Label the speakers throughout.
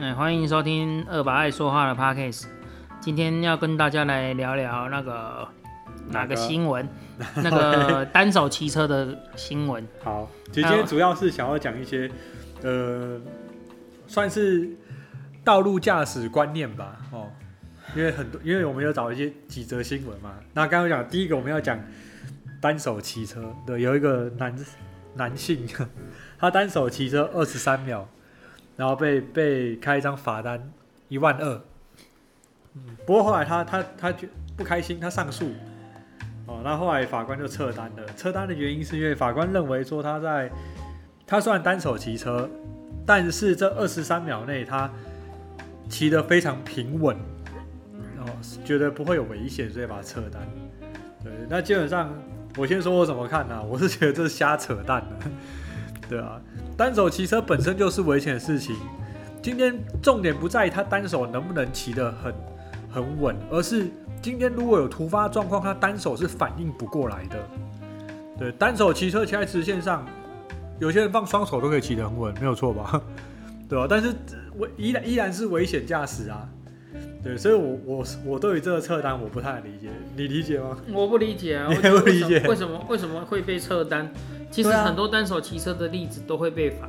Speaker 1: 哎，欢迎收听二把爱说话的 podcast。今天要跟大家来聊聊那个哪个新 闻，那个单手骑车的新闻。
Speaker 2: 好，其实今天主要是想要讲一些，呃，算是道路驾驶观念吧，哦，因为很多，因为我们有找一些几则新闻嘛。那刚刚讲第一个我们要讲单手骑车的，有一个男男性， 他单手骑车二十三秒，然后被被开一张罚单一万二。嗯，不过后来他他他就不开心，他上诉。哦，那后来法官就撤单了。撤单的原因是因为法官认为说他在他虽然单手骑车，但是这二十三秒内他骑得非常平稳，哦，觉得不会有危险，所以把它撤单。对，那基本上我先说我怎么看呢、我是觉得这是瞎扯淡的，对啊，单手骑车本身就是危险的事情。今天重点不在于他单手能不能骑得很很稳，而是今天如果有突发状况，他单手是反应不过来的。对，单手骑车骑在直线上，有些人放双手都可以骑得很稳，没有错吧？ 对吧、但是我依然依然是危险驾驶啊。对，所以我我我对于这个侧单我不太理解，你理解吗？
Speaker 1: 我不理 解啊，
Speaker 2: 你
Speaker 1: 我觉得
Speaker 2: 不理
Speaker 1: 为什么为
Speaker 2: 解
Speaker 1: 什么为什么会被撤单？其实
Speaker 2: 对啊
Speaker 1: 很多单手骑车的例子都会被罚。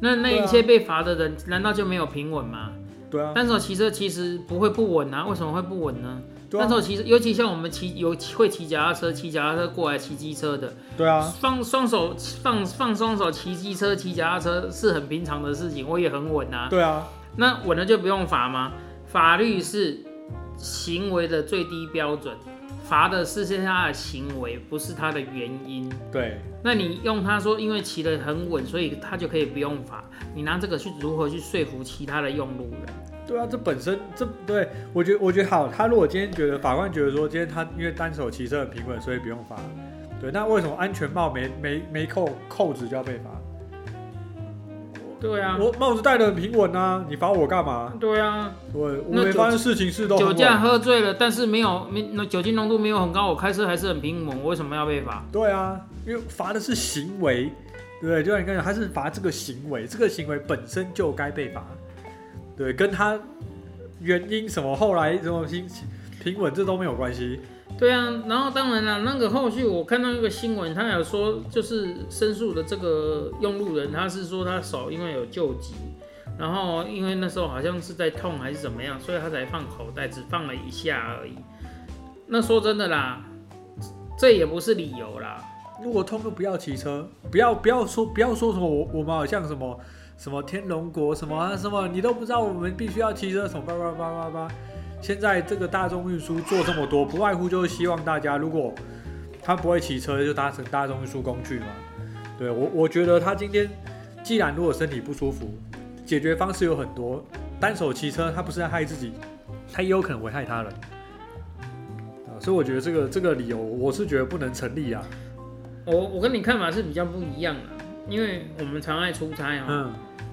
Speaker 1: 那那
Speaker 2: 对啊
Speaker 1: 一些被罚的人，难道就没有平稳吗？
Speaker 2: 对啊，
Speaker 1: 单手骑车其实不会不稳啊，为什么会不稳呢？
Speaker 2: 对
Speaker 1: 单
Speaker 2: 啊，
Speaker 1: 手骑车，尤其像我们骑有会骑脚踏车、骑脚踏车过来骑机车的，
Speaker 2: 对啊，
Speaker 1: 放双手放放双手骑机车、骑脚踏车是很平常的事情，我也很稳啊。
Speaker 2: 对啊，
Speaker 1: 那稳了就不用罚吗？法律是行为的最低标准，罚的是现在他的行为，不是他的原因。
Speaker 2: 对
Speaker 1: 那你用他说，因为骑得很稳，所以他就可以不用罚。你拿这个去如何去说服其他的用路人？
Speaker 2: 对啊，这本身这对我觉得我觉得好，他如果今天觉得法官觉得说今天他因为单手骑车很平稳，所以不用罚，对，那为什么安全帽没没没扣扣子就要被罚？
Speaker 1: 对啊，
Speaker 2: 我帽子戴得很平稳啊，你罚我干嘛？
Speaker 1: 对啊，
Speaker 2: 我我
Speaker 1: 那
Speaker 2: 没
Speaker 1: 酒
Speaker 2: 发生事情事都很
Speaker 1: 酒驾
Speaker 2: 稳。
Speaker 1: 喝醉了，但是没有没那酒精浓度没有很高，我开车还是很平稳，我为什么要被罚？
Speaker 2: 对啊，因为罚的是行为，对不对？就像你刚才讲，他是罚这个行为，这个行为本身就该被罚，对，跟他原因什么后来什么平平稳这都没有关系。
Speaker 1: 对啊，然后当然了，那个后续我看到一个新闻，他有说就是申诉的这个用路人，他是说他手因为有旧疾，然后因为那时候好像是在痛还是怎么样，所以他才放口袋，只放了一下而已。那说真的啦，这也不是理由啦。
Speaker 2: 如果痛就不要骑车，不要不要说不要说什么我我们好像什么什么天龙国什么啊什么，你都不知道我们必须要骑车什么叭叭叭叭叭。现在这个大众运输做这么多，不外乎就是希望大家如果他不会骑车，就搭乘大众运输工具嘛。对我我觉得他今天既然如果身体不舒服，解决方式有很多，单手骑车他不是在害自己，他也有可能危害他人。啊所以我觉得这个这个理由我是觉得不能成立啊。
Speaker 1: 我我跟你看法是比较不一样的，因为我们常爱出差啊、
Speaker 2: 嗯。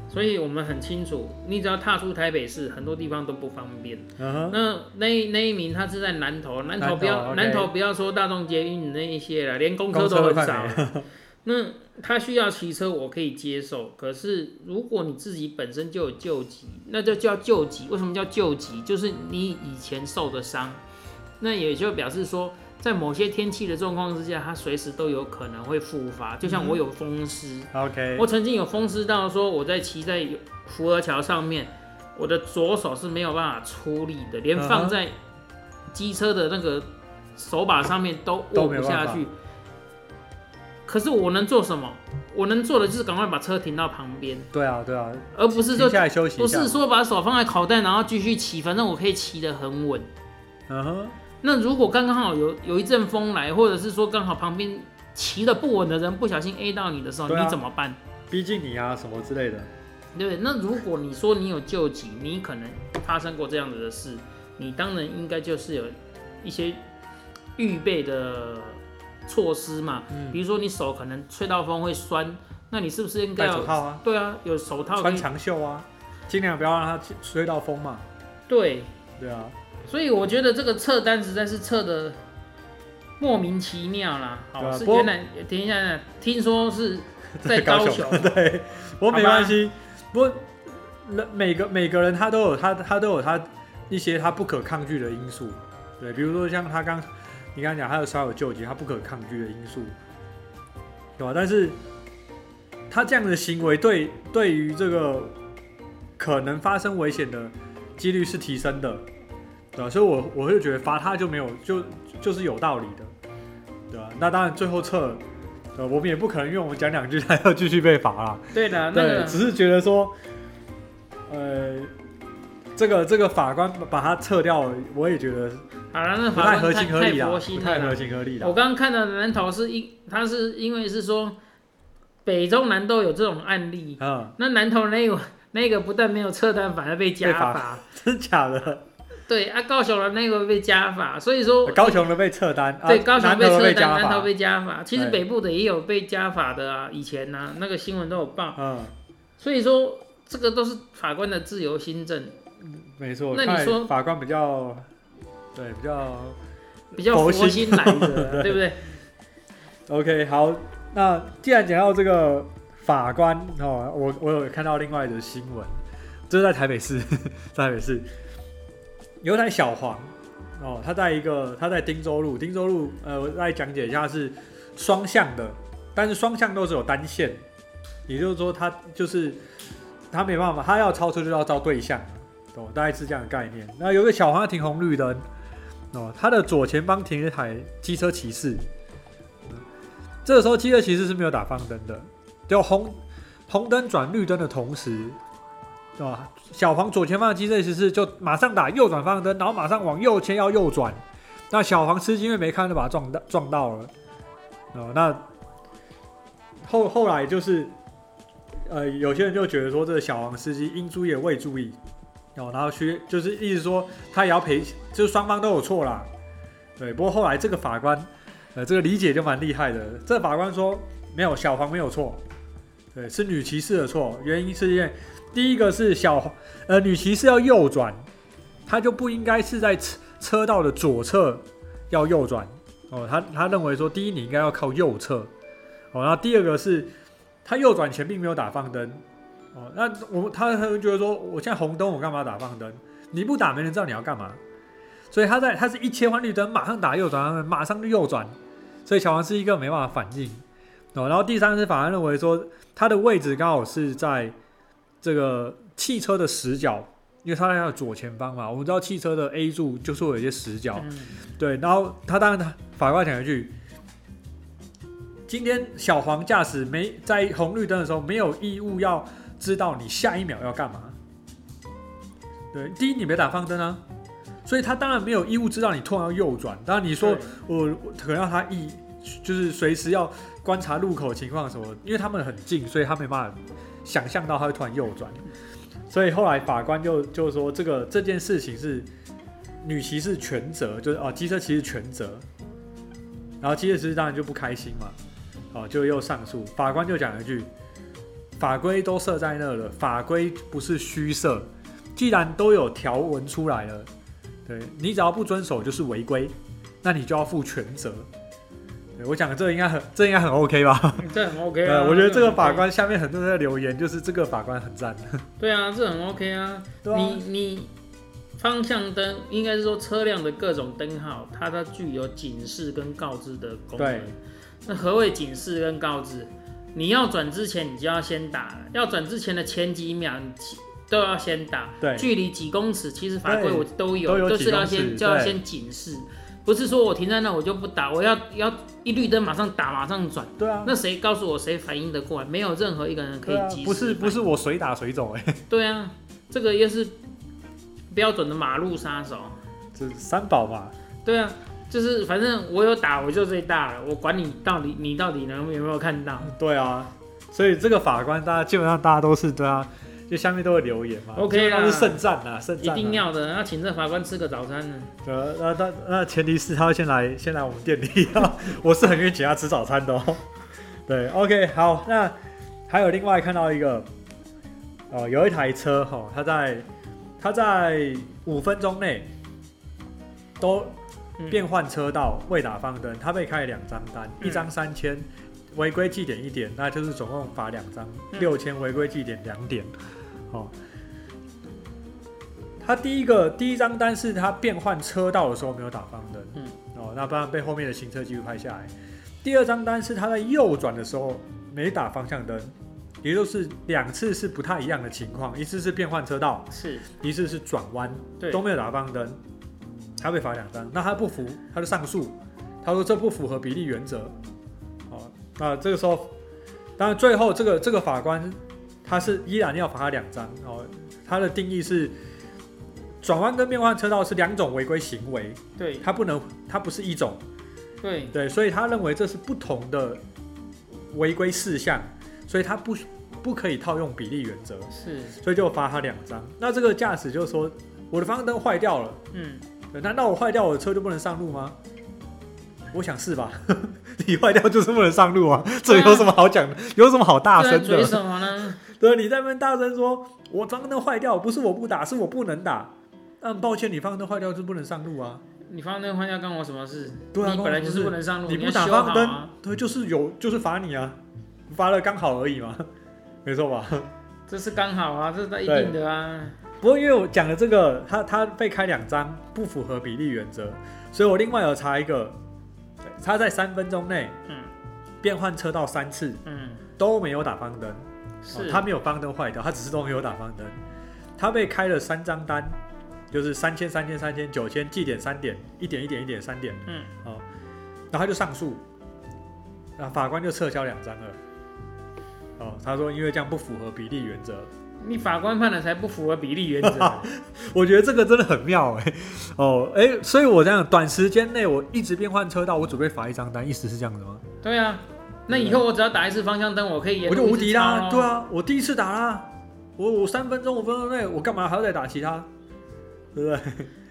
Speaker 1: 所以我们很清楚，你只要踏出台北市，很多地方都不方便。
Speaker 2: 嗯哼，
Speaker 1: 那那那一名他是在南投，南
Speaker 2: 南
Speaker 1: 投
Speaker 2: 投
Speaker 1: 不要
Speaker 2: OK
Speaker 1: 南投不要说大众捷运那一些了，连公车都很
Speaker 2: 公车
Speaker 1: 少
Speaker 2: 都。
Speaker 1: 那他需要骑车，我可以接受。可是如果你自己本身就有旧疾，那就叫旧疾。为什么叫旧疾？就是你以前受的伤，那也就表示说，在某些天气的状况之下，它随时都有可能会复发。就像我有风湿，
Speaker 2: OK，
Speaker 1: 我曾经有风湿到说我在骑在福和桥上面，我的左手是没有办法出力的，连
Speaker 2: 嗯哼
Speaker 1: 放在机车的那个手把上面都握
Speaker 2: 都没
Speaker 1: 不
Speaker 2: 有
Speaker 1: 下
Speaker 2: 办法
Speaker 1: 去。可是我能做什么？我能做的就是赶快把车停到旁边，
Speaker 2: 对啊，对啊，
Speaker 1: 而不是
Speaker 2: 停
Speaker 1: 说
Speaker 2: 下来休息
Speaker 1: 不
Speaker 2: 一下。
Speaker 1: 是说把手放在口袋然后继续骑，反正我可以骑得很稳。
Speaker 2: 嗯哼，
Speaker 1: 那如果刚刚好有有一阵风来，或者是说刚好旁边骑得不稳的人不小心 A 到你的时候，
Speaker 2: 对啊
Speaker 1: 你怎么办？
Speaker 2: 逼近你啊，什么之类的。
Speaker 1: 对，那如果你说你有救急，你可能发生过这样子的事，你当然应该就是有一些预备的措施嘛，
Speaker 2: 嗯
Speaker 1: 比如说你手可能吹到风会酸，那你是不是应该
Speaker 2: 戴手
Speaker 1: 要？
Speaker 2: 套啊，
Speaker 1: 对啊，有手套可
Speaker 2: 穿
Speaker 1: 以。
Speaker 2: 长袖啊，尽量不要让它吹到风嘛。
Speaker 1: 对，
Speaker 2: 对啊，
Speaker 1: 所以我觉得这个测单实在是测的莫名其妙啦。
Speaker 2: 对
Speaker 1: 好，
Speaker 2: 啊
Speaker 1: 是
Speaker 2: 不过
Speaker 1: 原来等一下，听说是在
Speaker 2: 高
Speaker 1: 高雄，
Speaker 2: 对，我没关系。不过人每个每个人他都有他他都有他一些他不可抗拒的因素，对，比如说像他刚你刚刚讲他的摔有救急，他不可抗拒的因素，对吧？但是他这样的行为对对于这个可能发生危险的几率是提升的，对吧？所以我我会觉得罚他就没有就就是有道理的，对吧？那当然最后撤，呃，我们也不可能因为我们讲两句他要继续被罚啦，
Speaker 1: 对啊的，那
Speaker 2: 对，
Speaker 1: 个
Speaker 2: 只是觉得说，呃，这个这个法官把他撤掉，我也觉得
Speaker 1: 好了，那
Speaker 2: 不
Speaker 1: 法
Speaker 2: 太合
Speaker 1: 官太
Speaker 2: 情合
Speaker 1: 太
Speaker 2: 理啦，
Speaker 1: 佛
Speaker 2: 不
Speaker 1: 系太
Speaker 2: 太合
Speaker 1: 了。哦
Speaker 2: 情合理啦
Speaker 1: 我。刚刚看的南投是因，他是因为是说北中南都有这种案例，
Speaker 2: 嗯，
Speaker 1: 那南投那个那个不但没有撤单，反而被加
Speaker 2: 被罚
Speaker 1: 罚。
Speaker 2: 真假的？
Speaker 1: 对啊，高雄的那个被加罚，所以说
Speaker 2: 呃高雄的被撤单，
Speaker 1: 对，
Speaker 2: 啊
Speaker 1: 高雄
Speaker 2: 南
Speaker 1: 被
Speaker 2: 投的
Speaker 1: 撤
Speaker 2: 加
Speaker 1: 单，南
Speaker 2: 罚
Speaker 1: 投。被加法。其实
Speaker 2: 对
Speaker 1: 北部的也有被加法的啊，以前呐、那个新闻都有报。
Speaker 2: 嗯，
Speaker 1: 所以说，这个都是法官的自由新政，
Speaker 2: 没错。
Speaker 1: 那你
Speaker 2: 看来
Speaker 1: 说
Speaker 2: 法官比较，对，比 较
Speaker 1: 比较佛
Speaker 2: 佛心
Speaker 1: 心来的，对不对？
Speaker 2: OK。好，那既然讲到这个法官哦，我我有看到另外一则新闻，这是在台北市， 在台北市有一台小黄哦，它在一个它在汀州路，汀州路呃，我再讲解一下是双向的，但是双向都是有单线，也就是说它就是它没办法，它要超车就要照对向，哦，大概是这样的概念。那有一个小黄它停红绿灯哦，它的左前方停了一台机车骑士，嗯这个时候机车骑士是没有打方灯的，就红红灯转绿灯的同时，哦，小黄左前方的机车骑士就马上打右转方向灯，然后马上往右切要右转。那小黄司机因为没看就把他撞到撞到了，哦，那后后来就是，呃，有些人就觉得说这个小黄司机应注意也未注意，哦，然后去就是意思说他也要赔，就是双方都有错啦，对。不过后来这个法官，呃，这个理解就蛮厉害的，这个法官说没有小黄没有错，对，是女骑士的错，原因是因为第一个是小黄呃女骑士要右转，她就不应该是在车车道的左侧要右转哦。他他认为说，第一你应该要靠右侧哦，然后第二个是她右转前并没有打放灯哦。那我他他会觉得说，我现在红灯我干嘛打放灯？你不打没人知道你要干嘛。所以他在他是一切换绿灯，马上打右转，马上就右转，所以小黄是一个没办法反应哦。然后第三个是法官认为说，他的位置刚好是在这个汽车的死角，因为它在它的左前方嘛。我们知道汽车的 A 柱就是会有一些死角，
Speaker 1: 嗯
Speaker 2: 对。然后他当然他法官讲一句：今天小黄驾驶没在红绿灯的时候，没有义务要知道你下一秒要干嘛。对，第一你没打方灯啊，所以他当然没有义务知道你突然要右转。当然你说
Speaker 1: 对
Speaker 2: 我我可能让他一就是随时要观察路口情况什么，因为他们很近，所以他没办法想象到他会突然右转。所以后来法官就就说这个这件事情是女骑士全责，就是哦机车骑士全责。然后机车骑士当然就不开心嘛，哦就又上诉，法官就讲了一句：法规都设在那了，法规不是虚设，既然都有条文出来了，对你只要不遵守就是违规。那你就要负全责。对我讲的这应该很，这应该很 OK 吧？
Speaker 1: 这很 OK 啊。
Speaker 2: 呃我觉得这个
Speaker 1: 很
Speaker 2: 法
Speaker 1: OK
Speaker 2: 官下面很多人在留言，就是这个法官很赞，
Speaker 1: 对啊，这很 OK 啊。
Speaker 2: 对啊
Speaker 1: 你你方向灯应该是说车辆的各种灯号，它都具有警示跟告知的功能
Speaker 2: 对。
Speaker 1: 那何谓警示跟告知？你要转之前，你就要先打了；要转之前的前几秒，你起都要先打。
Speaker 2: 对
Speaker 1: 距离几公尺，其实法
Speaker 2: 对
Speaker 1: 规我都有，
Speaker 2: 都有
Speaker 1: 就
Speaker 2: 几
Speaker 1: 是要
Speaker 2: 公尺
Speaker 1: 先就要
Speaker 2: 对
Speaker 1: 先警示，不是说我停在那我就不打，我要要一绿灯马上打，马上转。
Speaker 2: 对啊，
Speaker 1: 那谁告诉我谁反应得过来？没有任何一个人可以
Speaker 2: 对啊
Speaker 1: 及时、，
Speaker 2: 不是不是我随打随走哎、 欸，
Speaker 1: 对啊，这个又是标准的马路杀手。
Speaker 2: 这三宝嘛，
Speaker 1: 对啊，就是反正我有打我就最大了，我管你到底你到底能有没有看到。
Speaker 2: 对啊，所以这个法官大家基本上大家都是对啊，就下面都会留言嘛
Speaker 1: OK
Speaker 2: 基本上
Speaker 1: 啦
Speaker 2: 是圣战呐，圣
Speaker 1: 一
Speaker 2: 战、啊，
Speaker 1: 定要的，那请这法官吃个早餐呢。
Speaker 2: 呃，那那那前提是他要先来先来我们店里，我是很愿意请他吃早餐的哦。对，OK，好，那还有另外看到一个，哦，有一台车哈、哦，它在它在五分钟内都
Speaker 1: 嗯
Speaker 2: 变换车道，未打方灯，它被开了两张单，
Speaker 1: 嗯
Speaker 2: 一张三千，违规记点一点，那就是总共罚两张
Speaker 1: 嗯
Speaker 2: 六千，违规记点两点，哦，他第一个第一张单是他变换车道的时候没有打方向灯，
Speaker 1: 嗯，
Speaker 2: 哦，那不然被后面的行车记录拍下来。第二张单是他在右转的时候没打方向灯，也就是两次是不太一样的情况，一次是变换车道，
Speaker 1: 是
Speaker 2: 一次是转弯，
Speaker 1: 对
Speaker 2: 都没有打方向灯，他被罚两张。那他不服，他就上诉，他说这不符合比例原则。哦，那这个时候，当然最后这个这个法官他是依然要罚他两张。哦，他的定义是转弯跟变换车道是两种违规行为，
Speaker 1: 对
Speaker 2: 他不能，他不是一种。
Speaker 1: 对
Speaker 2: 对，所以他认为这是不同的违规事项，所以他不不可以套用比例原则。
Speaker 1: 是，
Speaker 2: 所以就罚他两张。那这个驾驶就说我的方向灯坏掉了，
Speaker 1: 嗯，
Speaker 2: 对那那我坏掉我的车就不能上路吗？我想是吧， 你坏掉就是不能上路啊，这有什么好讲的？有什么好大声
Speaker 1: 这啊在嘴
Speaker 2: 的？
Speaker 1: 什么呢？
Speaker 2: 对，啊你在那边大声说，我方向灯坏掉，不是我不打，是我不能打。那很抱歉，你方向灯坏掉就不能上路啊。
Speaker 1: 你放那个换掉干我什么事？
Speaker 2: 对啊
Speaker 1: 你
Speaker 2: 关我
Speaker 1: 本来
Speaker 2: 什
Speaker 1: 就
Speaker 2: 么
Speaker 1: 是
Speaker 2: 事
Speaker 1: 不能上路，
Speaker 2: 你
Speaker 1: 你
Speaker 2: 不
Speaker 1: 要
Speaker 2: 打
Speaker 1: 修
Speaker 2: 方
Speaker 1: 好
Speaker 2: 灯
Speaker 1: 啊，
Speaker 2: 对，就是有，就是罚你啊，罚了刚好而已嘛，没错吧？
Speaker 1: 这是刚好啊，这是一定的啊。
Speaker 2: 不过因为我讲的这个，他他被开两张，不符合比例原则，所以我另外有查一个，他在三分钟内
Speaker 1: 嗯
Speaker 2: 变换车道三次
Speaker 1: 嗯，
Speaker 2: 都没有打方向灯，哦
Speaker 1: 是
Speaker 2: 他没有方向灯坏掉，他只是都没有打方向灯，他被开了三张单，就是三千、三千、三千、九千、记点三点、一点、一点、一点、三点，
Speaker 1: 嗯，
Speaker 2: 哦，然后他就上诉，那法官就撤销两张了，哦，他说因为这样不符合比例原则，
Speaker 1: 你法官判的才不符合比例原 则。
Speaker 2: 我觉得这个真的很妙哎、哦哎、所以我这样短时间内我一直变换车道，我准备罚一张单，意思是这样子吗？
Speaker 1: 对啊，那以后我只要打一次方向灯，我可以沿
Speaker 2: 我
Speaker 1: 路
Speaker 2: 就无敌
Speaker 1: 一，
Speaker 2: 啦
Speaker 1: 直超
Speaker 2: 对
Speaker 1: 咯，
Speaker 2: 啊，我第一次打啦，我我三分钟五分钟内我干嘛还要再打其他？对不对？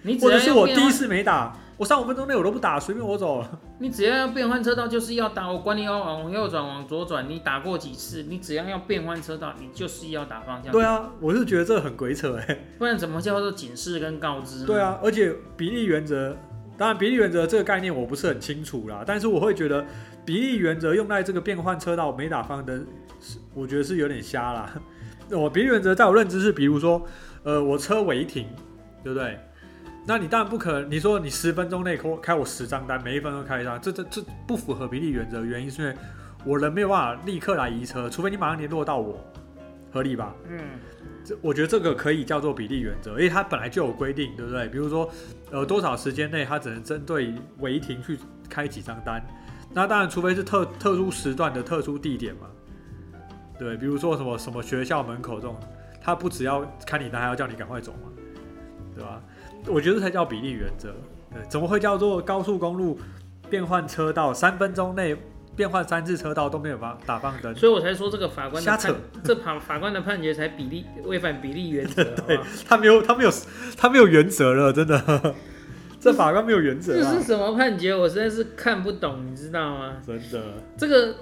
Speaker 1: 你只
Speaker 2: 或
Speaker 1: 要
Speaker 2: 者是我
Speaker 1: 要
Speaker 2: 第
Speaker 1: 变
Speaker 2: 一
Speaker 1: 换
Speaker 2: 次没打，我上五分钟内我都不打，随便我走了。
Speaker 1: 你只要要变换车道，就是要打。我管你要往右转、往左转，你打过几次，你只要要变换车道，你就是要打方向。
Speaker 2: 对，啊，我是觉得这很鬼扯哎、
Speaker 1: 不然怎么叫做警示跟告知？
Speaker 2: 对，啊，而且比例原则，当然比例原则这个概念我不是很清楚啦，但是我会觉得比例原则用在这个变换车道没打方向灯，是我觉得是有点瞎啦。 我比例原则在我认知是，比如说，呃，我车违停，对不对？那你当然不可能，你说你十分钟内开我开我十张单，每一分钟开一张，这这这不符合比例原则，原因是因为我人没有办法立刻来移车，除非你马上联络到我，合理吧？
Speaker 1: 嗯，
Speaker 2: 这我觉得这个可以叫做比例原则，因为它本来就有规定，对不对？比如说，呃，多少时间内它只能针对违停去开几张单，那当然除非是特特殊时段的特殊地点嘛，对，比如说什么什么学校门口这种，它不只要看你单，还要叫你赶快走嘛，对吧？我觉得这才叫比例原则，对，怎么会叫做高速公路变换车道三分钟内变换三次车道都没有方打方向灯？
Speaker 1: 所以我才说这个法官的
Speaker 2: 瞎扯
Speaker 1: 判，这法法官的判决才比例违反比例原则。 好不好
Speaker 2: 他没有，他没有，他没有原则了，真 的。这法官没有原则
Speaker 1: 这
Speaker 2: 啊
Speaker 1: 是，什么判决？我实在是看不懂，你知道吗？
Speaker 2: 真的。
Speaker 1: 这个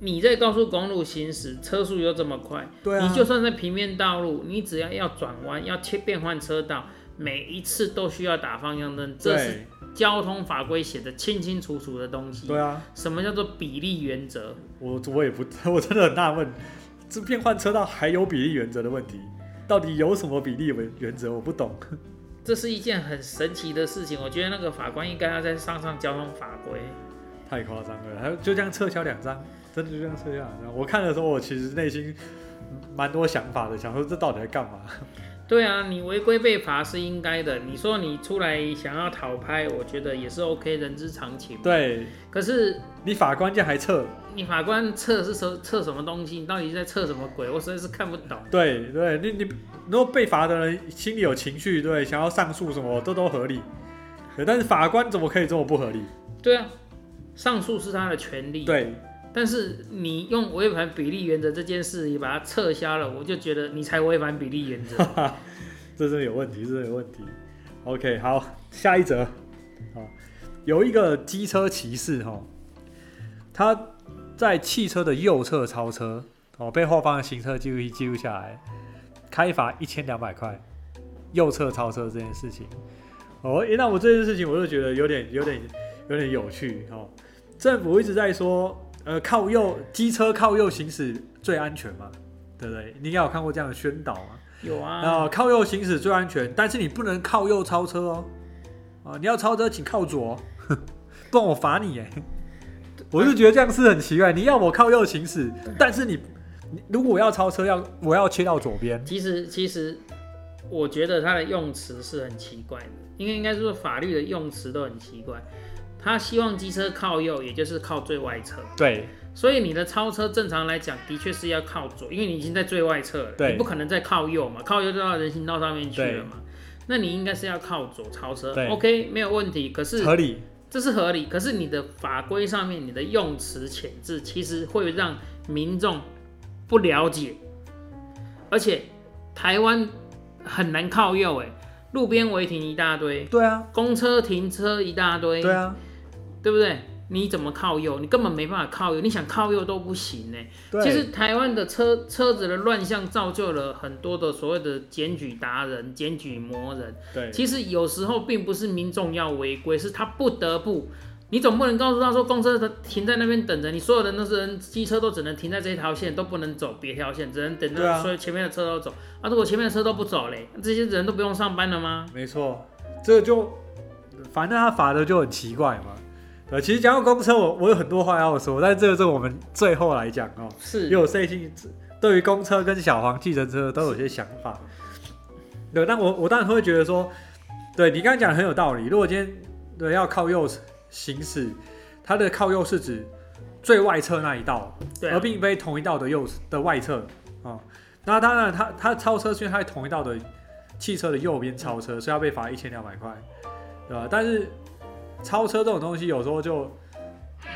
Speaker 1: 你在高速公路行驶，车速又这么快，
Speaker 2: 对啊，
Speaker 1: 你就算在平面道路，你只要要转弯、要切变换车道，每一次都需要打方向灯，这是
Speaker 2: 对
Speaker 1: 交通法规写的清清楚楚的东西。
Speaker 2: 对啊，
Speaker 1: 什么叫做比例原则？
Speaker 2: 我我也不， 我真的很纳闷，这变换车道还有比例原则的问题，到底有什么比例原原则？我不懂。
Speaker 1: 这是一件很神奇的事情。我觉得那个法官应该要再上上交通法规。
Speaker 2: 太夸张了，他就这样撤销两张，真的就这样撤销两张。我看的时候，我其实内心蛮多想法的，想说这到底在干嘛？
Speaker 1: 对啊，你违规被罚是应该的。你说你出来想要讨拍，我觉得也是 OK，人之常情。
Speaker 2: 对
Speaker 1: 可是
Speaker 2: 你法官竟然还撤，
Speaker 1: 你法官测是测测什么东西？你到底在测什么鬼？我实在是看不懂。
Speaker 2: 对对，你你如果被罚的人心里有情绪，对，想要上诉什么，这都合理。对，但是法官怎么可以这么不合理？
Speaker 1: 对啊，上诉是他的权利。，
Speaker 2: 对，
Speaker 1: 但是你用违反比例原则这件事，你把它撤销了，我就觉得你才违反比例 原则。
Speaker 2: 这真的有问题，这真的有问题。OK，好，下一则，好，有一个机车骑士哈、哦，他在汽车的右侧超车，哦，被后方的行车记录仪记录下来，开罚一千两百块，右侧超车这件事情。哦，诶那我这件事情我就觉得有点、有点、有点有趣哦。政府一直在说，呃，靠右机车靠右行驶最安全嘛，对不对？你应该有看过这样的宣导嘛？
Speaker 1: 有啊，
Speaker 2: 然后呃靠右行驶最安全，但是你不能靠右超车哦。啊，你要超车请靠左哦， 不然我罚你耶。我是觉得这样是很奇怪，你要我靠右行驶，但是你你如果我要超车要我要切到左边，
Speaker 1: 其实其实我觉得他的用词是很奇怪的，应该应该是说法律的用词都很奇怪。他希望机车靠右，也就是靠最外侧，
Speaker 2: 对
Speaker 1: 所以你的超车正常来讲的确是要靠左，因为你已经在最外侧了，
Speaker 2: 对
Speaker 1: 你不可能再靠右嘛，靠右就到人行道上面去了嘛。那你应该是要靠左超车
Speaker 2: 对
Speaker 1: ，OK，没有问题。可是
Speaker 2: 合理
Speaker 1: 这是合理，可是你的法规上面你的用词遣字，其实会让民众不了解，而且台湾很难靠右，哎，路边违停一大堆，
Speaker 2: 对啊
Speaker 1: 公车停车一大堆，
Speaker 2: 对啊
Speaker 1: 对不对？你怎么靠右？你根本没办法靠右，你想靠右都不行呢。
Speaker 2: 对，
Speaker 1: 其实台湾的车车子的乱象造就了很多的所谓的检举达人、检举魔人。
Speaker 2: 对
Speaker 1: 其实有时候并不是民众要违规，是他不得不。你总不能告诉他说，公车停在那边等着，你所有人都是人，机车都只能停在这一条线，都不能走别条线，只能等
Speaker 2: 对
Speaker 1: 到
Speaker 2: 啊
Speaker 1: 所有前面的车都走。啊，如果前面的车都不走嘞，这些人都不用上班了吗？
Speaker 2: 没错，这个就反正他罚的就很奇怪嘛。对，其实讲到公车我，我有很多话要说，但是这个是我们最后来讲哦、因为
Speaker 1: 是，
Speaker 2: 我最近对于公车跟小黄计程车都有些想法。对，但我我当然会觉得说，对你刚刚讲的很有道理。如果今天对要靠右行驶，它的靠右是指最外侧那一道，
Speaker 1: 对
Speaker 2: 而
Speaker 1: 啊，
Speaker 2: 并非同一道的右的外侧啊、哦那当然他，他超车是因为他在同一道的汽车的右边超车，所以要被罚一千两百块，对吧？但是超车这种东西有时候就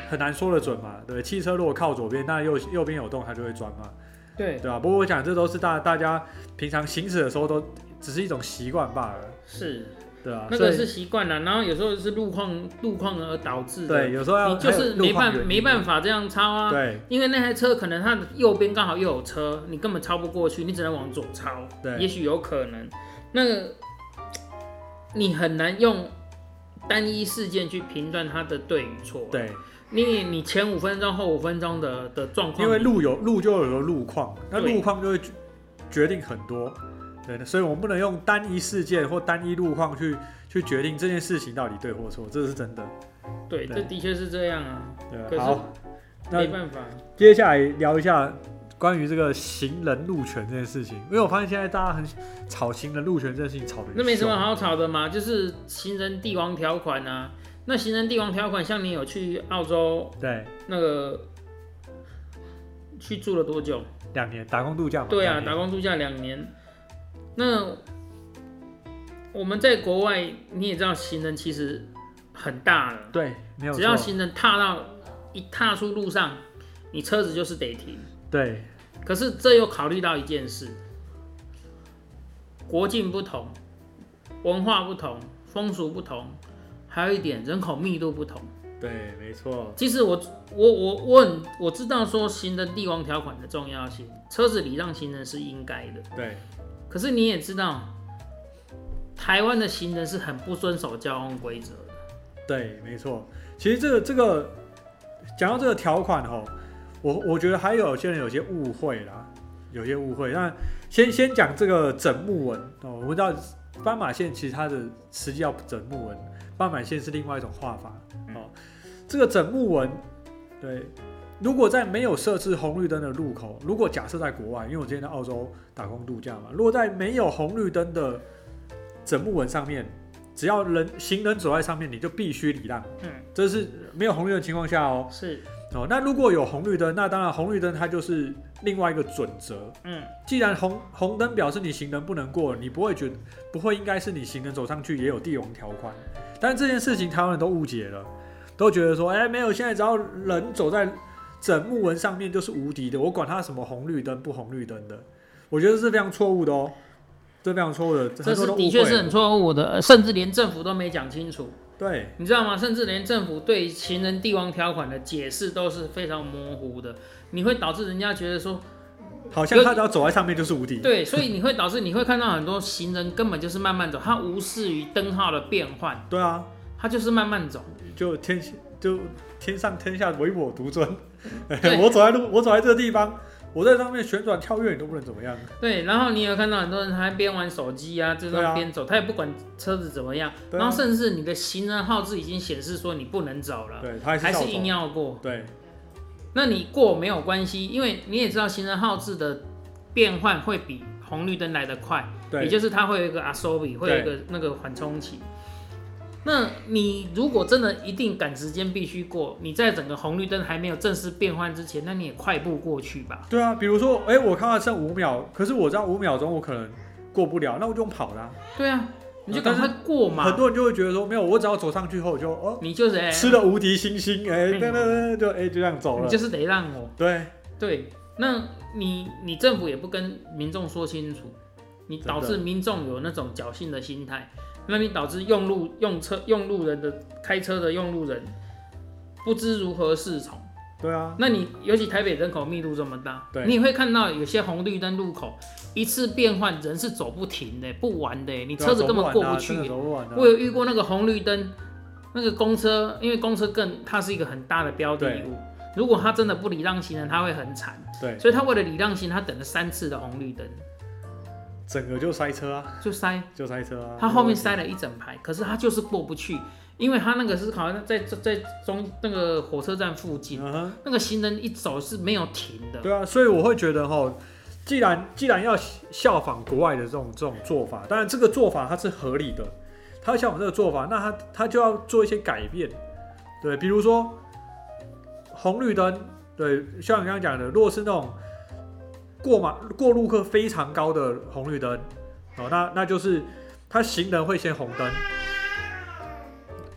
Speaker 2: 很难说得准嘛，对。汽车如果靠左边，那右右边有洞，它就会钻嘛，
Speaker 1: 对，
Speaker 2: 对吧？不过我讲这都是大大家平常行驶的时候都只是一种习惯罢了，
Speaker 1: 是，
Speaker 2: 对吧？
Speaker 1: 那
Speaker 2: 啊所
Speaker 1: 个
Speaker 2: 以
Speaker 1: 是习惯了，然后有时候是路况路况而导致的，
Speaker 2: 对，有时候要
Speaker 1: 你就是没办没办
Speaker 2: 法，
Speaker 1: 法这样超啊，
Speaker 2: 对
Speaker 1: 因为那台车可能它的右边刚好又有车，你根本超不过去，你只能往左超，
Speaker 2: 对
Speaker 1: 也许有可能，那个你很难用单一事件去评断它的对与错、，
Speaker 2: 对，
Speaker 1: 你你前五分钟后五分钟的的状况，
Speaker 2: 因为路有路就有个路况，那
Speaker 1: 对
Speaker 2: 路况就会决决定很多，对，所以我们不能用单一事件或单一路况去去决定这件事情到底对或错，这是真的。
Speaker 1: 对，这
Speaker 2: 对
Speaker 1: 的确是这样啊，可
Speaker 2: 对，
Speaker 1: 是
Speaker 2: 好，那
Speaker 1: 没办法，啊
Speaker 2: 接下来聊一下关于这个行人路权这件事情，因为我发现现在大家很吵行人路权这件事情吵的，
Speaker 1: 那没什么好吵的嘛，就是行人帝王条款啊，那行人帝王条款，像你有去澳洲
Speaker 2: 对，
Speaker 1: 那个去住了多久？
Speaker 2: 两年打工度假嘛，
Speaker 1: 对啊，
Speaker 2: 两年
Speaker 1: 打工度假两年。那我们在国外，你也知道，行人其实很大了，
Speaker 2: 对，没有
Speaker 1: 只要
Speaker 2: 错
Speaker 1: 行人踏到一踏出路上，你车子就是得停。
Speaker 2: 对
Speaker 1: 可是这又考虑到一件事：国境不同，文化不同，风俗不同，还有一点人口密度不同。
Speaker 2: 对，没错，
Speaker 1: 其实我我我我很我知道说行人帝王条款的重要性，车子礼让行人是应该的。
Speaker 2: 对
Speaker 1: 可是你也知道，台湾的行人是很不遵守交通规则的。
Speaker 2: 对，没错。其实这个这个讲到这个条款吼，我我觉得还有些人有些误会啦，有些误会。那先先讲这个整木纹哦，我们知道斑马线其实它的实际叫整木纹，斑马线是另外一种画法哦。这个整木纹，对，如果在没有设置红绿灯的路口，如果假设在国外，因为我之前在澳洲打工度假嘛，如果在没有红绿灯的整木纹上面，只要人行人走在上面，你就必须礼让，
Speaker 1: 嗯，
Speaker 2: 这是没有红绿灯的情况下哦。
Speaker 1: 是，
Speaker 2: 哦，那如果有红绿灯，那当然红绿灯它就是另外一个准则。
Speaker 1: 嗯，
Speaker 2: 既然红红灯表示你行人不能过，你不会觉得不会应该是你行人走上去也有地王条款。但这件事情台湾人都误解了，都觉得说，哎、没有，现在只要人走在整木纹上面就是无敌的，我管他什么红绿灯不红绿灯的，我觉得这是非常错误的哦，这非常错误的，
Speaker 1: 这
Speaker 2: 很多
Speaker 1: 是
Speaker 2: 人误
Speaker 1: 的确
Speaker 2: 会
Speaker 1: 是很错误的，呃甚至连政府都没讲清楚，
Speaker 2: 对
Speaker 1: 你知道吗？甚至连政府对行人帝王条款的解释都是非常模糊的，你会导致人家觉得说，
Speaker 2: 好像他只要走在上面就是无敌。
Speaker 1: 对，所以你会导致你会看到很多行人根本就是慢慢走，他无视于灯号的变换，
Speaker 2: 对啊，
Speaker 1: 他就是慢慢走。
Speaker 2: 就天就天上天下唯我独尊
Speaker 1: 对。
Speaker 2: 我走在路，我走在这个地方，我在上面旋转跳跃，你都不能怎么样。
Speaker 1: 对，然后你有看到很多人还边玩手机啊，就
Speaker 2: 对啊
Speaker 1: 是边走，他也不管车子怎么样，
Speaker 2: 对啊
Speaker 1: 然后甚至你的行人号志已经显示说你不能走了，
Speaker 2: 对，他
Speaker 1: 还
Speaker 2: 是
Speaker 1: 是
Speaker 2: 照
Speaker 1: 硬
Speaker 2: 走
Speaker 1: 要过。
Speaker 2: 对
Speaker 1: 那你过没有关系，因为你也知道行人号志的变换会比红绿灯来得快，也
Speaker 2: 对
Speaker 1: 就是它会有一个 a s o b i 会有一个那个缓冲期。那你如果真的一定赶时间必须过，你在整个红绿灯还没有正式变换之前，那你也快步过去吧。
Speaker 2: 对啊，比如说，哎、我看到剩五秒，可是我知道五秒钟我可能过不了，那我就用跑的啊、
Speaker 1: 对啊，你就
Speaker 2: 但
Speaker 1: 赶
Speaker 2: 是
Speaker 1: 快过嘛。
Speaker 2: 很多人就会觉得说，没有，我只要走上去后我就哦，
Speaker 1: 你就是哎，
Speaker 2: 吃了无敌星星，哎、
Speaker 1: 嗯
Speaker 2: 噔噔噔，就哎、就这样走
Speaker 1: 你
Speaker 2: 了。
Speaker 1: 就是得让我。
Speaker 2: 对
Speaker 1: 对，那你你政府也不跟民众说清楚，你
Speaker 2: 真的
Speaker 1: 导致民众有那种侥幸的心态，那你导致用路用车用路人的开车的用路人不知如何是从。
Speaker 2: 对啊，
Speaker 1: 那你尤其台北人口密度这么大，
Speaker 2: 对
Speaker 1: 你也会看到有些红绿灯路口一次变换人是走不停的，不完的，你
Speaker 2: 对啊
Speaker 1: 车子根本
Speaker 2: 走
Speaker 1: 过
Speaker 2: 完啊
Speaker 1: 不去
Speaker 2: 真的。走不完啊
Speaker 1: 我有遇过那个红绿灯，那个公车，因为公车更它是一个很大的标的
Speaker 2: 对
Speaker 1: 物，如果它真的不礼让行人，它会很惨。
Speaker 2: 对，
Speaker 1: 所以他为了礼让行，他等了三次的红绿灯，
Speaker 2: 整个就塞车啊，
Speaker 1: 就塞，
Speaker 2: 就塞车啊。
Speaker 1: 他后面塞了一整排，可是他就是过不去，因为他那个是好像在在在中那个火车站附近，
Speaker 2: 嗯哼，
Speaker 1: 那个行人一走是没有停的。
Speaker 2: 对啊，所以我会觉得哈，既然既然要效仿国外的这种这种做法，当然这个做法它是合理的，他要效仿这个做法，那他他就要做一些改变，对，比如说红绿灯，对，像你刚刚讲的，如果是那种过马过路客非常高的红绿灯，哦，那那就是他行人会先红灯，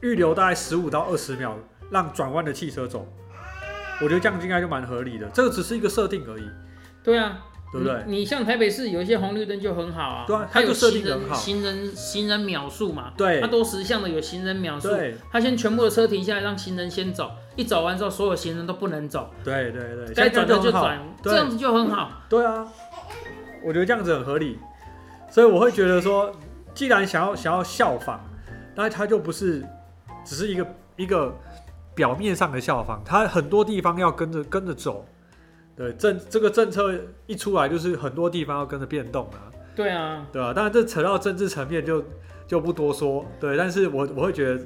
Speaker 2: 预留大概十五到二十秒，让转弯的汽车走。我觉得这样应该就蛮合理的，这个只是一个设定而已，
Speaker 1: 对啊，
Speaker 2: 对不对？
Speaker 1: 你？你像台北市有一些红绿灯就很好啊，
Speaker 2: 对啊
Speaker 1: 它
Speaker 2: 它
Speaker 1: 有
Speaker 2: 就设定
Speaker 1: 行人
Speaker 2: 很好
Speaker 1: 行人行人秒数嘛，
Speaker 2: 对
Speaker 1: 它多十项的有行人秒数，
Speaker 2: 对
Speaker 1: 它先全部的车停下来让行人先走，一走完之后所有行人都不能走，
Speaker 2: 对对对，
Speaker 1: 该
Speaker 2: 像这
Speaker 1: 转
Speaker 2: 样
Speaker 1: 的就转，
Speaker 2: 就很好对
Speaker 1: 这样子就很好。
Speaker 2: 对啊，我觉得这样子很合理，所以我会觉得说，既然想要想要效仿，那它就不是只是一个一个表面上的效仿，它很多地方要跟着跟着走。对政这个政策一出来，就是很多地方要跟着变动啊，
Speaker 1: 对啊，
Speaker 2: 对吧、当然这扯到政治层面就就不多说，对。但是我我会觉得，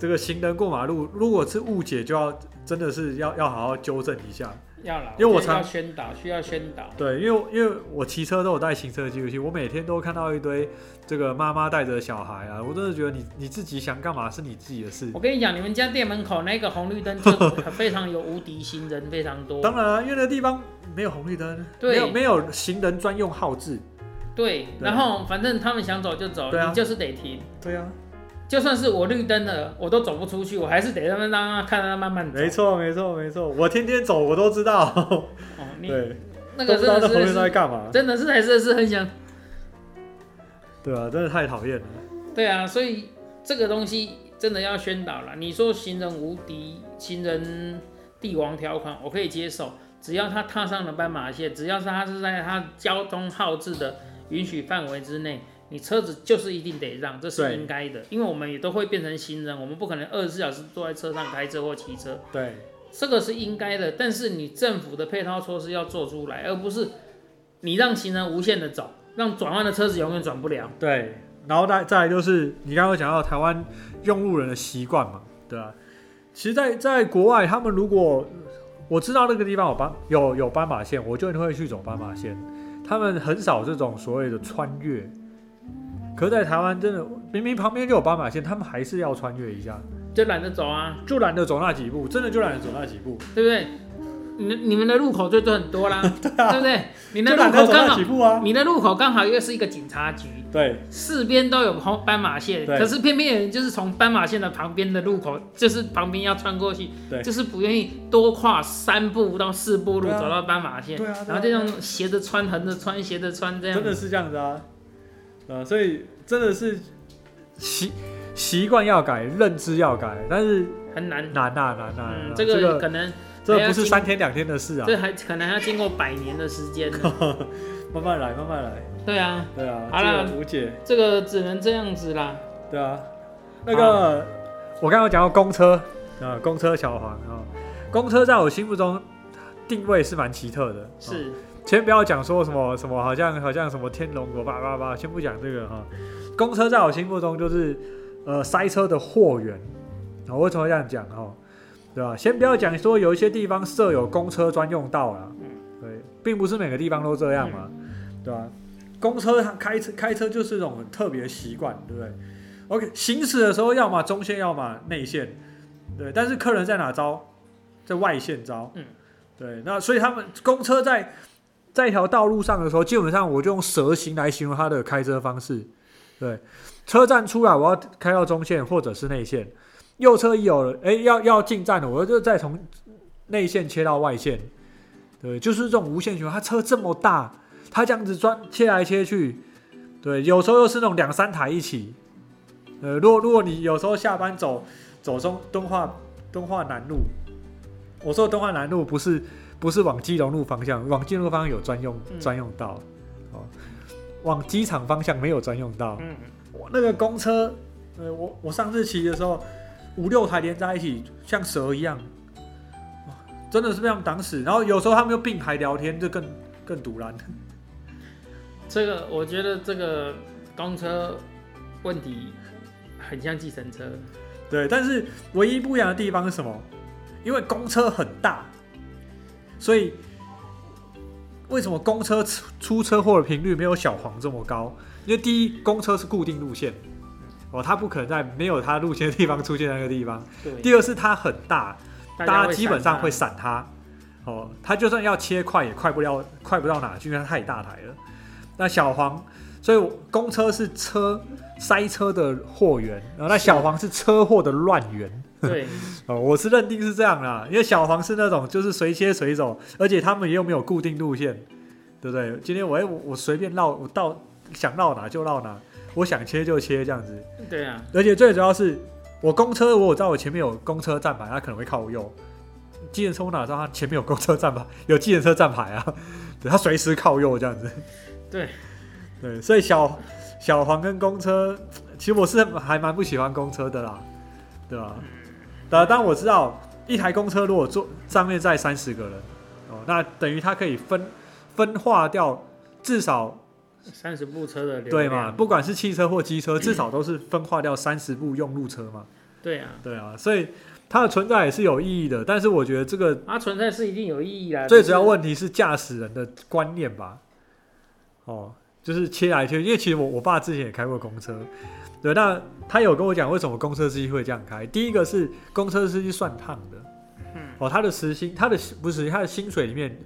Speaker 2: 这个行人过马路，如果是误解，就要真的是要要好好纠正一下。
Speaker 1: 要啦，
Speaker 2: 因为我
Speaker 1: 觉得
Speaker 2: 常
Speaker 1: 要宣导，需要宣导。
Speaker 2: 对，因为因为我骑车都有带行车记录器，我每天都看到一堆这个妈妈带着小孩啊，我真的觉得你你自己想干嘛是你自己的事。
Speaker 1: 我跟你讲，你们家店门口那个红绿灯就 非常有无敌行人非常多。
Speaker 2: 当然、啊，因为那地方没有红绿灯，
Speaker 1: 对
Speaker 2: 没有没有行人专用号志。
Speaker 1: 对，
Speaker 2: 对
Speaker 1: 然后反正他们想走就走，
Speaker 2: 对啊
Speaker 1: 你就是得停。
Speaker 2: 对啊，
Speaker 1: 就算是我绿灯了，我都走不出去，我还是得让他让他看他慢慢走。
Speaker 2: 没错没错没错，我天天走我都知道。
Speaker 1: 哦，你
Speaker 2: 对，
Speaker 1: 那个
Speaker 2: 都知道
Speaker 1: 真
Speaker 2: 那
Speaker 1: 的
Speaker 2: 红绿
Speaker 1: 是
Speaker 2: 灯在干嘛。
Speaker 1: 真的是还是是很想
Speaker 2: 对啊，真的太讨厌了。
Speaker 1: 对啊，所以这个东西真的要宣导了。你说行人无敌、行人帝王条款，我可以接受，只要他踏上了斑马线，只要是他是在他交通号志的允许范围之内，你车子就是一定得让，这是
Speaker 2: 对
Speaker 1: 应该的，因为我们也都会变成行人，我们不可能二十四小时坐在车上开车或骑车，
Speaker 2: 对，
Speaker 1: 这个是应该的。但是你政府的配套措施要做出来，而不是你让行人无限的走，让转弯的车子永远转不了。
Speaker 2: 对，然后再再来就是你刚刚讲到台湾用路人的习惯嘛，对啊，其实在，在国外，他们如果我知道那个地方有斑有有斑马线，我就会去走斑马线。他们很少这种所谓的穿越，可在台湾真的明明旁边就有斑马线，他们还是要穿越一下，
Speaker 1: 就懒得走啊，
Speaker 2: 就懒得走那几步，真的就懒得走那几步，
Speaker 1: 对不对？你你们的路口就就很多 啦，对不对？你的
Speaker 2: 就
Speaker 1: 路
Speaker 2: 懒得
Speaker 1: 口
Speaker 2: 走
Speaker 1: 刚
Speaker 2: 那
Speaker 1: 好
Speaker 2: 几，步啊。
Speaker 1: 你的路口刚好又是一个警察局，
Speaker 2: 对
Speaker 1: 四边都有红斑马线，
Speaker 2: 对
Speaker 1: 可是偏偏有人就是从斑马线的旁边的路口，就是旁边要穿过去，
Speaker 2: 对
Speaker 1: 就是不愿意多跨三步到四步路
Speaker 2: 对啊
Speaker 1: 走到斑马线，
Speaker 2: 对啊，
Speaker 1: 然后就这样斜着穿、横着穿、斜着穿这样
Speaker 2: 真，的是这样子啊，啊，所以真的是习习惯要改，认知要改，但是
Speaker 1: 很难。
Speaker 2: 难啊难啊难啊
Speaker 1: 嗯，，
Speaker 2: 这
Speaker 1: 这个可能
Speaker 2: 这不是三天两天的事啊，
Speaker 1: 这还可能还要经过百年的时间呢。
Speaker 2: 慢慢来，慢慢来，
Speaker 1: 对啊，
Speaker 2: 对啊，
Speaker 1: 好啦
Speaker 2: 这个无解，
Speaker 1: 这个只能这样子啦。
Speaker 2: 对啊，那个哦我刚刚有讲到公车啊，公车小黄啊，公车在我心目中定位是蛮奇特的。哦
Speaker 1: 是
Speaker 2: 先不要讲说什么什么，好像好像什么天龙国叭叭叭，先不讲这个哈。公车在我心目中就是呃塞车的祸源，啊、我为什么会这样讲哈？对吧？先不要讲说有一些地方设有公车专用道啦，对，并不是每个地方都这样嘛，对吧？公车它开车开车就是一种很特别的习惯，对不对？OK，行驶的时候要么中线，要么内线，对。但是客人在哪招？在外线招，
Speaker 1: 嗯，
Speaker 2: 对。那所以他们公车在在一条道路上的时候，基本上我就用蛇形来形容它的开车方式。对，车站出来，我要开到中线或者是内线，右车一有了，哎，要要进站了，我就再从内线切到外线。对，就是这种无限循环。它车这么大，它这样子转切来切去，对，有时候又是那种两三台一起。呃，如果如果你有时候下班走走中东化东化南路，我说的东化南路不是不是往基隆路方向，往基隆路方向有专用
Speaker 1: 嗯
Speaker 2: 专用道，哦，往机场方向没有专用道。
Speaker 1: 嗯
Speaker 2: 我那个公车，呃，我我上次骑的时候，五六台连在一起，像蛇一样，哇真的是被他们挡死。然后有时候他们又并排聊天，就更更堵然。
Speaker 1: 这个，我觉得这个公车问题很像计程车，
Speaker 2: 对，但是唯一不一样的地方是什么？因为公车很大，所以为什么公车出出车祸的频率没有小黄这么高？因为第一，公车是固定路线，哦，它不可能在没有它路线的地方出现在那个地方。
Speaker 1: 对，
Speaker 2: 第二是它很大，大家
Speaker 1: 会
Speaker 2: 基本上会
Speaker 1: 闪
Speaker 2: 闪它。哦，它就算要切快也快不了，快不到哪去，因为它太大台了。那小黄，所以我公车是车塞车的祸源，然后那
Speaker 1: 是
Speaker 2: 小黄是车祸的乱源。
Speaker 1: 它对，
Speaker 2: 哦，我是认定是这样啦，因为小黄是那种就是随切随走，而且他们又没有固定路线，对不对？今天我哎我我随便绕，我到想绕哪就绕哪，我想切就切这样子。
Speaker 1: 对啊，
Speaker 2: 而且最主要是我公车，我有知道我前面有公车站牌，它可能会靠我右。计程车我哪知道它前面有公车站牌，有计程车站牌啊？对，它随时靠右这样子。
Speaker 1: 对，
Speaker 2: 对，所以小小黄跟公车，其实我是还蛮不喜欢公车的啦，对
Speaker 1: 嗯
Speaker 2: 吧？当当然我知道，一台公车如果坐上面载三十个人，哦，那等于它可以分分化掉至少
Speaker 1: 三十部车的流
Speaker 2: 对嘛，
Speaker 1: 量，
Speaker 2: 不管是汽车或机车，至少都是分化掉三十部用路车嘛。
Speaker 1: 对啊，
Speaker 2: 对啊，所以它的存在也是有意义的，但是我觉得这个
Speaker 1: 它啊存在是一定有意义啦。
Speaker 2: 最主要
Speaker 1: 啊只是
Speaker 2: 问题是驾驶人的观念吧。哦，就是切来切，去，因为其实我我爸之前也开过公车，对，那他有跟我讲为什么公车司机会这样开。第一个是公车司机算趟的，
Speaker 1: 嗯
Speaker 2: 哦，他的时薪，他的不是时薪他的薪水里面，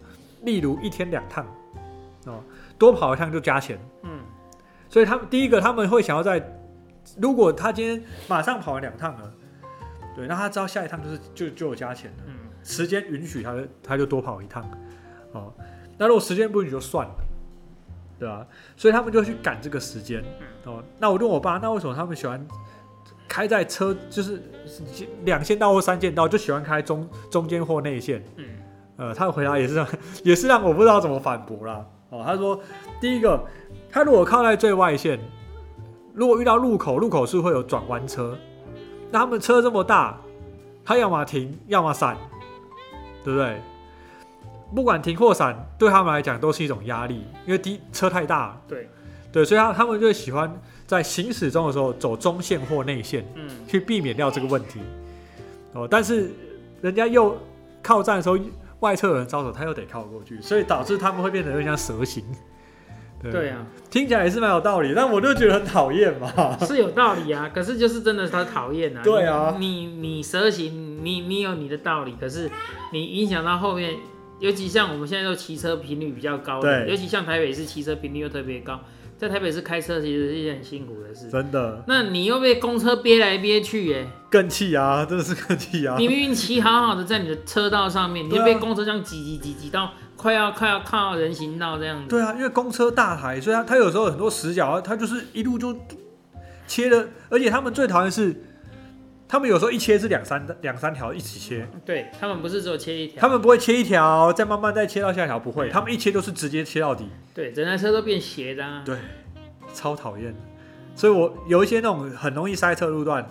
Speaker 2: 例如一天两趟，哦，多跑一趟就加钱。
Speaker 1: 嗯，
Speaker 2: 所以他们第一个他们会想要在，如果他今天马上跑完两趟了，对，那他知道下一趟就是就就有加钱了，
Speaker 1: 嗯，
Speaker 2: 时间允许他就他就多跑一趟，哦，那如果时间不允许就算了，对吧、所以他们就去赶这个时间，哦，那我问我爸，那为什么他们喜欢开在车就是两线道或三线道，就喜欢开中中间或内线？
Speaker 1: 嗯，
Speaker 2: 呃，他的回答也是让也是让我不知道怎么反驳啦。哦，他说，第一个，他如果靠在最外线，如果遇到路口，路口是会有转弯车，那他们车这么大，他要么停，要么闪，对不对？不管停或闪，对他们来讲都是一种压力，因为第一车太大，
Speaker 1: 对，
Speaker 2: 对，所以他他们就喜欢在行驶中的时候走中线或内线。
Speaker 1: 嗯，
Speaker 2: 去避免掉这个问题。哦，但是人家又靠站的时候，外侧有人招手，他又得靠过去，所以导致他们会变得有点像蛇形。
Speaker 1: 对，啊，
Speaker 2: 听起来也是蛮有道理，但我就觉得很讨厌嘛。
Speaker 1: 是有道理啊。可是就是真的他讨厌啊。
Speaker 2: 对啊
Speaker 1: 你你你蛇形，你你有你的道理，可是你影响到后面，尤其像我们现在都骑车频率比较高的，
Speaker 2: 对
Speaker 1: 尤其像台北市骑车频率又特别高，在台北市开车其实是一件很辛苦的事。
Speaker 2: 真的
Speaker 1: 那你又被公车憋来憋去、耶。
Speaker 2: 更气啊，真的是更气啊！
Speaker 1: 你明明骑好好的在你的车道上面，你就
Speaker 2: 对啊
Speaker 1: 被公车这样挤挤挤挤到快要快要靠人行道这样子。
Speaker 2: 对啊，因为公车大台，所以他他有时候很多死角啊，他就是一路就切了，而且他们最讨厌是，他们有时候一切是两三两三条一起切，
Speaker 1: 对他们不是只有切一条，
Speaker 2: 他们不会切一条，再慢慢再切到下一条，不会，
Speaker 1: 对啊
Speaker 2: 他们一切都是直接切到底。
Speaker 1: 对，整台车都变斜的、啊。
Speaker 2: 对，超讨厌的。所以我有一些那种很容易塞车路段，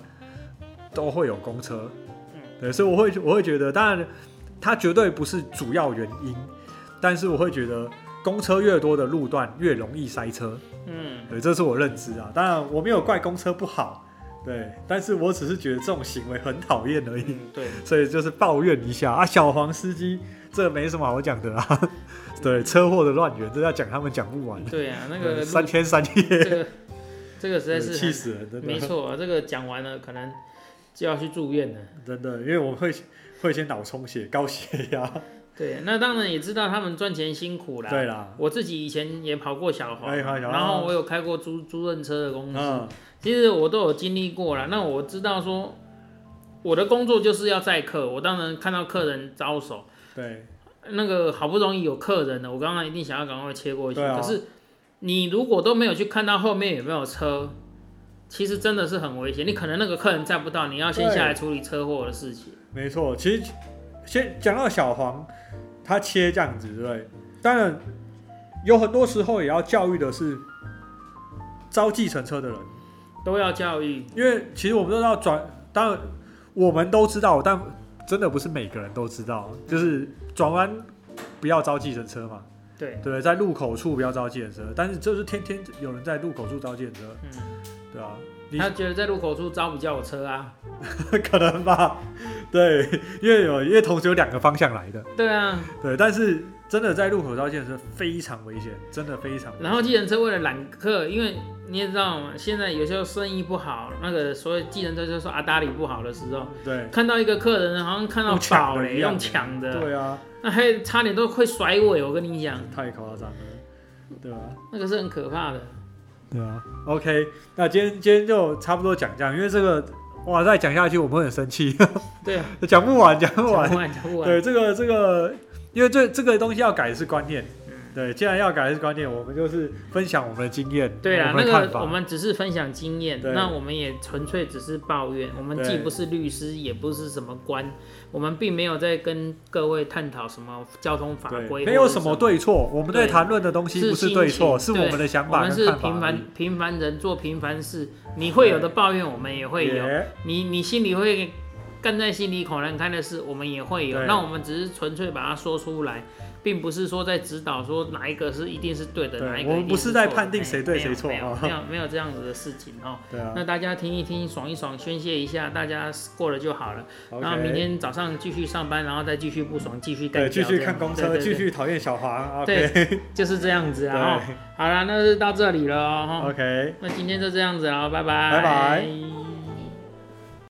Speaker 2: 都会有公车
Speaker 1: 嗯。
Speaker 2: 对，所以我会我会觉得，当然它绝对不是主要原因，但是我会觉得公车越多的路段越容易塞车，
Speaker 1: 嗯，
Speaker 2: 对，这是我认知啊。当然我没有怪公车不好，对，但是我只是觉得这种行为很讨厌而已，
Speaker 1: 嗯对，
Speaker 2: 所以就是抱怨一下啊。小黄司机这没什么好讲的啊，对，车祸的乱源，这要讲他们讲不完，
Speaker 1: 对啊，那个
Speaker 2: 对
Speaker 1: 路
Speaker 2: 三天三夜，
Speaker 1: 这个这个实在
Speaker 2: 对
Speaker 1: 是
Speaker 2: 气
Speaker 1: 很
Speaker 2: 死人，真的，
Speaker 1: 没错，啊这个讲完了可能就要去住院了。
Speaker 2: 真的，因为我会会先脑充血、高血 压，
Speaker 1: 对，那当然也知道他们赚钱辛苦啦。
Speaker 2: 对啦，
Speaker 1: 我自己以前也跑过小黄，
Speaker 2: 哎跑小黄
Speaker 1: 然后我有开过租租赁车的公司，
Speaker 2: 嗯，
Speaker 1: 其实我都有经历过啦。那我知道说，我的工作就是要载客，我当然看到客人招手，
Speaker 2: 对，
Speaker 1: 那个好不容易有客人了，我刚刚一定想要赶快切过去。
Speaker 2: 对啊
Speaker 1: 可是你如果都没有去看到后面有没有车，其实真的是很危险。你可能那个客人载不到，你要先
Speaker 2: 对
Speaker 1: 下来处理车祸的事情。
Speaker 2: 没错。其实先讲到小黄，他切这样子，对不对，当然有很多时候也要教育的是招计程车的人，
Speaker 1: 都要教育，
Speaker 2: 因为其实我们都知道转，当然我们都知道，但真的不是每个人都知道，就是转弯不要招计程车嘛，
Speaker 1: 对，
Speaker 2: 对，在路口处不要招计程车，但是就是天天有人在路口处招计程车，
Speaker 1: 嗯，
Speaker 2: 对啊， 你
Speaker 1: 他觉得在路口处招比较有车啊，
Speaker 2: 可能吧，对，因为有因为同时有两个方向来的，
Speaker 1: 对啊。
Speaker 2: 对，但是真的在路口招见是非常危险，真的非常危险。
Speaker 1: 然后计程车为了揽客，因为你也知道嘛，现在有时候生意不好，那个所谓计程车就说阿达里不好的时候，
Speaker 2: 对
Speaker 1: 看到一个客人好像看到
Speaker 2: 用抢的
Speaker 1: 宝嘞，
Speaker 2: 一样
Speaker 1: 用抢的，
Speaker 2: 对啊，
Speaker 1: 那还差点都会甩尾，我跟你讲，
Speaker 2: 太夸张了，对啊，
Speaker 1: 那个是很可怕的。
Speaker 2: 对啊。OK，那今天今天就差不多讲这样，因为这个哇，再讲下去我们会很生气，
Speaker 1: 对啊，
Speaker 2: 讲不完，讲
Speaker 1: 讲
Speaker 2: 不完。
Speaker 1: 不完，讲不完。
Speaker 2: 对，这个这个，因为这这个东西要改的是观念。
Speaker 1: 嗯
Speaker 2: 对，既然要改的是观念，我们就是分享我们的经验，
Speaker 1: 对啊，
Speaker 2: 我
Speaker 1: 那
Speaker 2: 们的看
Speaker 1: 个
Speaker 2: 法。
Speaker 1: 我们只是分享经验，
Speaker 2: 对
Speaker 1: 那我们也纯粹只是抱怨。我们既
Speaker 2: 对
Speaker 1: 不是律师，也不是什么官，我们并没有在跟各位探讨什么交通法
Speaker 2: 对，
Speaker 1: 规，
Speaker 2: 没有
Speaker 1: 什
Speaker 2: 什么对错，我们
Speaker 1: 对
Speaker 2: 在谈论的东西
Speaker 1: 是
Speaker 2: 不是
Speaker 1: 心
Speaker 2: 对
Speaker 1: 情
Speaker 2: 错，是我
Speaker 1: 对
Speaker 2: 们的想
Speaker 1: 我
Speaker 2: 法
Speaker 1: 们
Speaker 2: 跟
Speaker 1: 是
Speaker 2: 看法
Speaker 1: 平
Speaker 2: 而已。
Speaker 1: 凡平凡人做平凡事，你会有的
Speaker 2: 对
Speaker 1: 抱怨，我们也会有；
Speaker 2: 也
Speaker 1: 你你心里会干在心里口难开的事，我们也会有。
Speaker 2: 对
Speaker 1: 那我们只是纯粹把它说出来，并不是说在指导说哪一个是一定是对的，
Speaker 2: 对
Speaker 1: 哪一个
Speaker 2: 我
Speaker 1: 一
Speaker 2: 们
Speaker 1: 定
Speaker 2: 不
Speaker 1: 是
Speaker 2: 是在
Speaker 1: 错的哎
Speaker 2: 判定谁对
Speaker 1: 没有
Speaker 2: 谁错
Speaker 1: 没有
Speaker 2: 啊
Speaker 1: 没有没有这样子的事情哦。
Speaker 2: 对啊
Speaker 1: 那大家听一听，爽一爽，宣泄一下，大家过了就好了。然后
Speaker 2: ，OK，
Speaker 1: 明天早上继续上班，然后再继续不爽，继续干
Speaker 2: 对，
Speaker 1: 掉这
Speaker 2: 继
Speaker 1: 样，
Speaker 2: 续看公
Speaker 1: 对
Speaker 2: 车，
Speaker 1: 对
Speaker 2: 继
Speaker 1: 对
Speaker 2: 续讨厌小黄。
Speaker 1: 对
Speaker 2: OK，
Speaker 1: 就是这样子
Speaker 2: 对
Speaker 1: 啊。哦好啦，那就到这里了哦。
Speaker 2: ，OK。
Speaker 1: 那今天就这样子了，拜拜，
Speaker 2: 拜拜。